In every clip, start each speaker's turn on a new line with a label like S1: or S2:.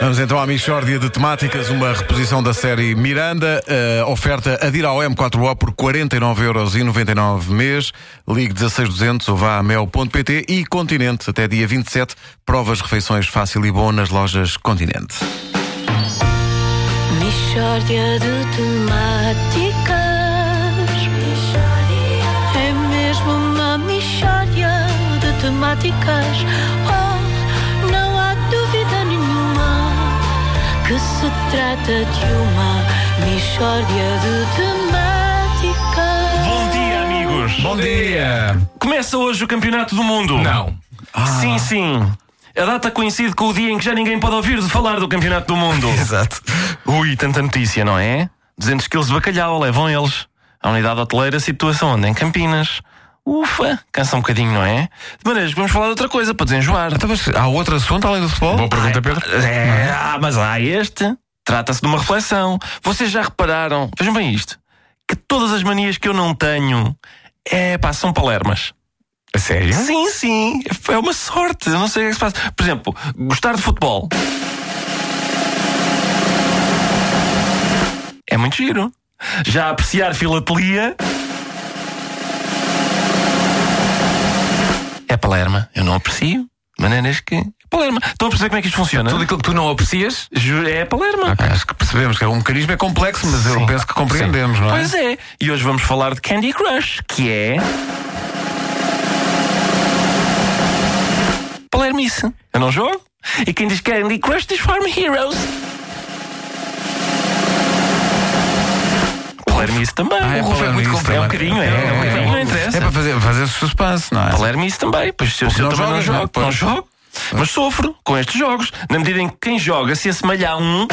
S1: Vamos então à Michórdia de Temáticas, uma reposição da série Miranda, eh, oferta a ao M4O por 49,99€ mês, ligue 16200 ou vá a mel.pt e Continente, até dia 27, provas refeições fácil e bom nas lojas Continente.
S2: Mistória de temáticas. É mesmo uma mistória de temáticas. Oh, não há dúvida nenhuma que se trata de uma mistória de temáticas.
S3: Bom dia, amigos!
S4: Bom dia!
S3: Começa hoje o Campeonato do Mundo! Ah.
S4: Não.
S3: Sim, sim! A data coincide com o dia em que já ninguém pode ouvir de falar do Campeonato do Mundo!
S4: Exato.
S3: Ui, tanta notícia, não é? 200 quilos de bacalhau levam eles. A unidade hoteleira situa-se onde? Em Campinas. Ufa, cansa um bocadinho, não é? De maneiras que vamos falar de outra coisa para desenjoar.
S4: Então, mas há outro assunto além do futebol? Boa pergunta, Pedro.
S3: É, ah, mas há este. Trata-se de uma reflexão. Vocês já repararam, vejam bem isto, que todas as manias que eu não tenho é, pá, são palermas.
S4: A sério?
S3: Sim, sim. É uma sorte. Eu Não sei o que é que se passa. Por exemplo, gostar de futebol. É muito giro. Já apreciar filatelia. É Palerma. Eu não aprecio. De maneiras que. Palerma. Estão a perceber como é que isto funciona?
S4: Tudo aquilo que tu não aprecias?
S3: Ju- É Palerma.
S1: Acho que percebemos que é um mecanismo é complexo, mas eu
S3: Sim.
S1: penso que compreendemos, não é?
S3: Pois é. E hoje vamos falar de Candy Crush, que é. Palermice. Eu não jogo? E quem diz Candy Crush diz Farm Heroes. Palermice também.
S4: Ah, é Palermice também.
S3: É um bocadinho, é.
S4: É,
S3: é um bocadinho, não
S4: É,
S3: interessa.
S4: para fazer, fazer suspense, não é?
S3: Palermice também. Pois se eu, se eu
S1: não
S3: também não
S1: jogas, não é?
S3: jogo,
S1: Pois.
S3: não jogo. Mas sofro com estes jogos, na medida em que quem joga se assemelha a um.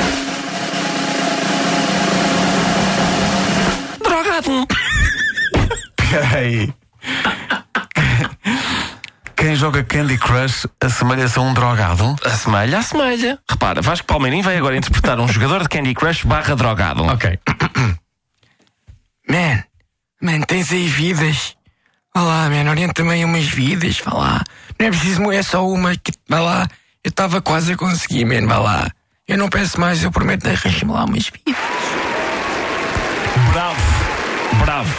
S3: drogado.
S1: Peraí. Quem joga Candy Crush assemelha-se a um drogado?
S3: Assemelha, assemelha. Repara, Vasco Palmeirim vai agora interpretar um jogador de Candy Crush barra drogado.
S4: Ok.
S5: Man, man, tens aí vidas. Vá lá, man, orienta-me aí umas vidas, vá lá. Não é preciso, é só uma que, vá lá. Eu estava quase a conseguir, man, vá lá. Eu não peço mais, eu prometo, arranja-me lá umas vidas.
S3: Bravo, bravo.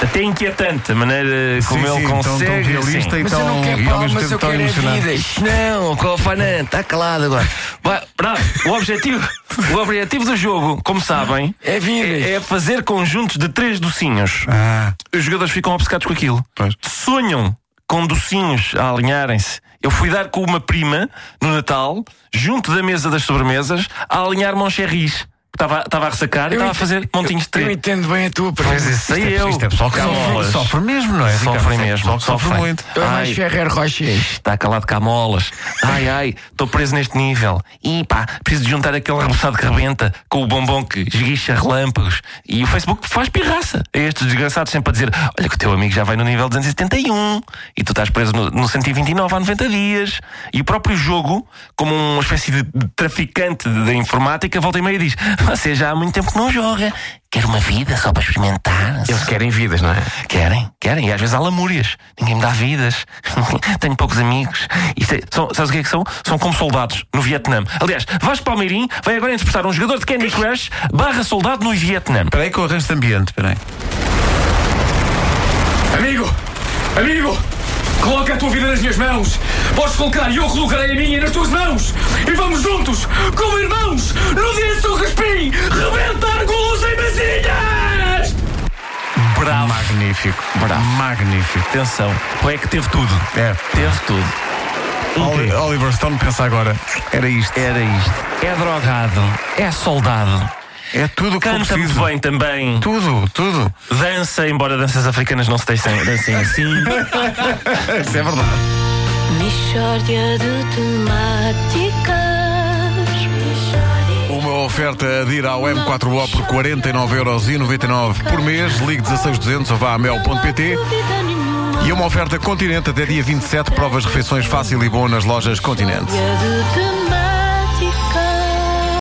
S3: Até inquietante a maneira como
S1: Sim,
S3: ele
S1: sim, tão- tão
S3: consegue.
S1: realista
S3: assim.
S1: e
S5: Mas eu
S1: Então,
S5: não quero
S1: e ao mesmo
S5: palmas,
S1: tempo
S5: eu
S1: tão
S5: quero é
S1: emocionante.
S5: vidas.
S3: Não, Cofanã, está tá calado agora. Vai, bravo, o objetivo, o objetivo do jogo, como sabem,
S5: É vidas.
S3: é, é fazer conjuntos de três docinhos.
S1: Ah,
S3: Os jogadores ficam obcecados com aquilo.
S1: Pois.
S3: Sonham com docinhos a alinharem-se. Eu fui dar com uma prima no Natal, junto da mesa das sobremesas, a alinhar Moncherris. Estava estava a ressacar e
S5: Eu
S3: estava a
S5: ent-
S3: fazer montinhos de
S5: eu, eu
S3: três.
S5: entendo bem a tua
S3: Pois
S5: pergunta.
S3: isso aí eu.
S1: isto é pessoal que sofre,
S3: Camolas.
S1: sofre mesmo, não é?
S3: Sofre
S1: Ricardo?
S3: mesmo,
S1: Pessoal que sofre,
S3: sofre.
S1: muito.
S5: Eu mais
S3: Ai.
S5: Ferrer Rochas.
S3: Está calado camolas. Ai, ai, estou preso neste nível. E pá, preciso de juntar aquele rebuçado que rebenta com o bombom que esguicha relâmpagos. E o Facebook faz pirraça a estes desgraçados sempre a dizer: Olha, que o teu amigo já vai no nível 271 e tu estás preso no, no 129 há 90 dias. E o próprio jogo, como uma espécie de de traficante de- da informática, volta e meia e diz: Você já há muito tempo que não joga. Quer uma vida só para experimentar?
S4: querem vidas, não é?
S3: Querem, querem. E às vezes há lamúrias. Ninguém me dá vidas. Tenho poucos amigos. Isto é- são, sabes o que é que são? São como soldados no Vietnã. Aliás, Vasco Palmeirim vai agora interpretar um jogador de Candy Crush barra soldado no Vietnã.
S1: Espera aí que eu arranjo de ambiente, espera aí.
S4: Amigo! Amigo! Coloca a tua vida nas minhas mãos! Podes colocar e eu colocarei a minha nas tuas mãos! E vamos juntos, como irmãos, no dia do respim, rebentar golos em mesinhas!
S3: Bravo.
S1: Magnífico. Magnífico.
S3: Atenção. O é que teve tudo.
S1: É.
S3: Teve tudo.
S1: Oli- Oliver Stone pensa agora. Era isto.
S3: Era isto. É drogado. É soldado.
S1: É tudo o que eu
S3: Canta muito
S1: preciso.
S3: bem também.
S1: Tudo, tudo.
S3: Dança, embora danças africanas não se deixem dancem assim.
S1: Isso é verdade.
S2: Mistória de temáticas.
S1: Uma oferta de ir ao M4O por 49,99€ por mês. Ligue 16200 ou vá a mel.pt.
S2: Dúvida nenhuma.
S1: E uma oferta Continente até dia 27. Provas refeições fácil e bom nas lojas Continente.
S2: Mistória de temáticas.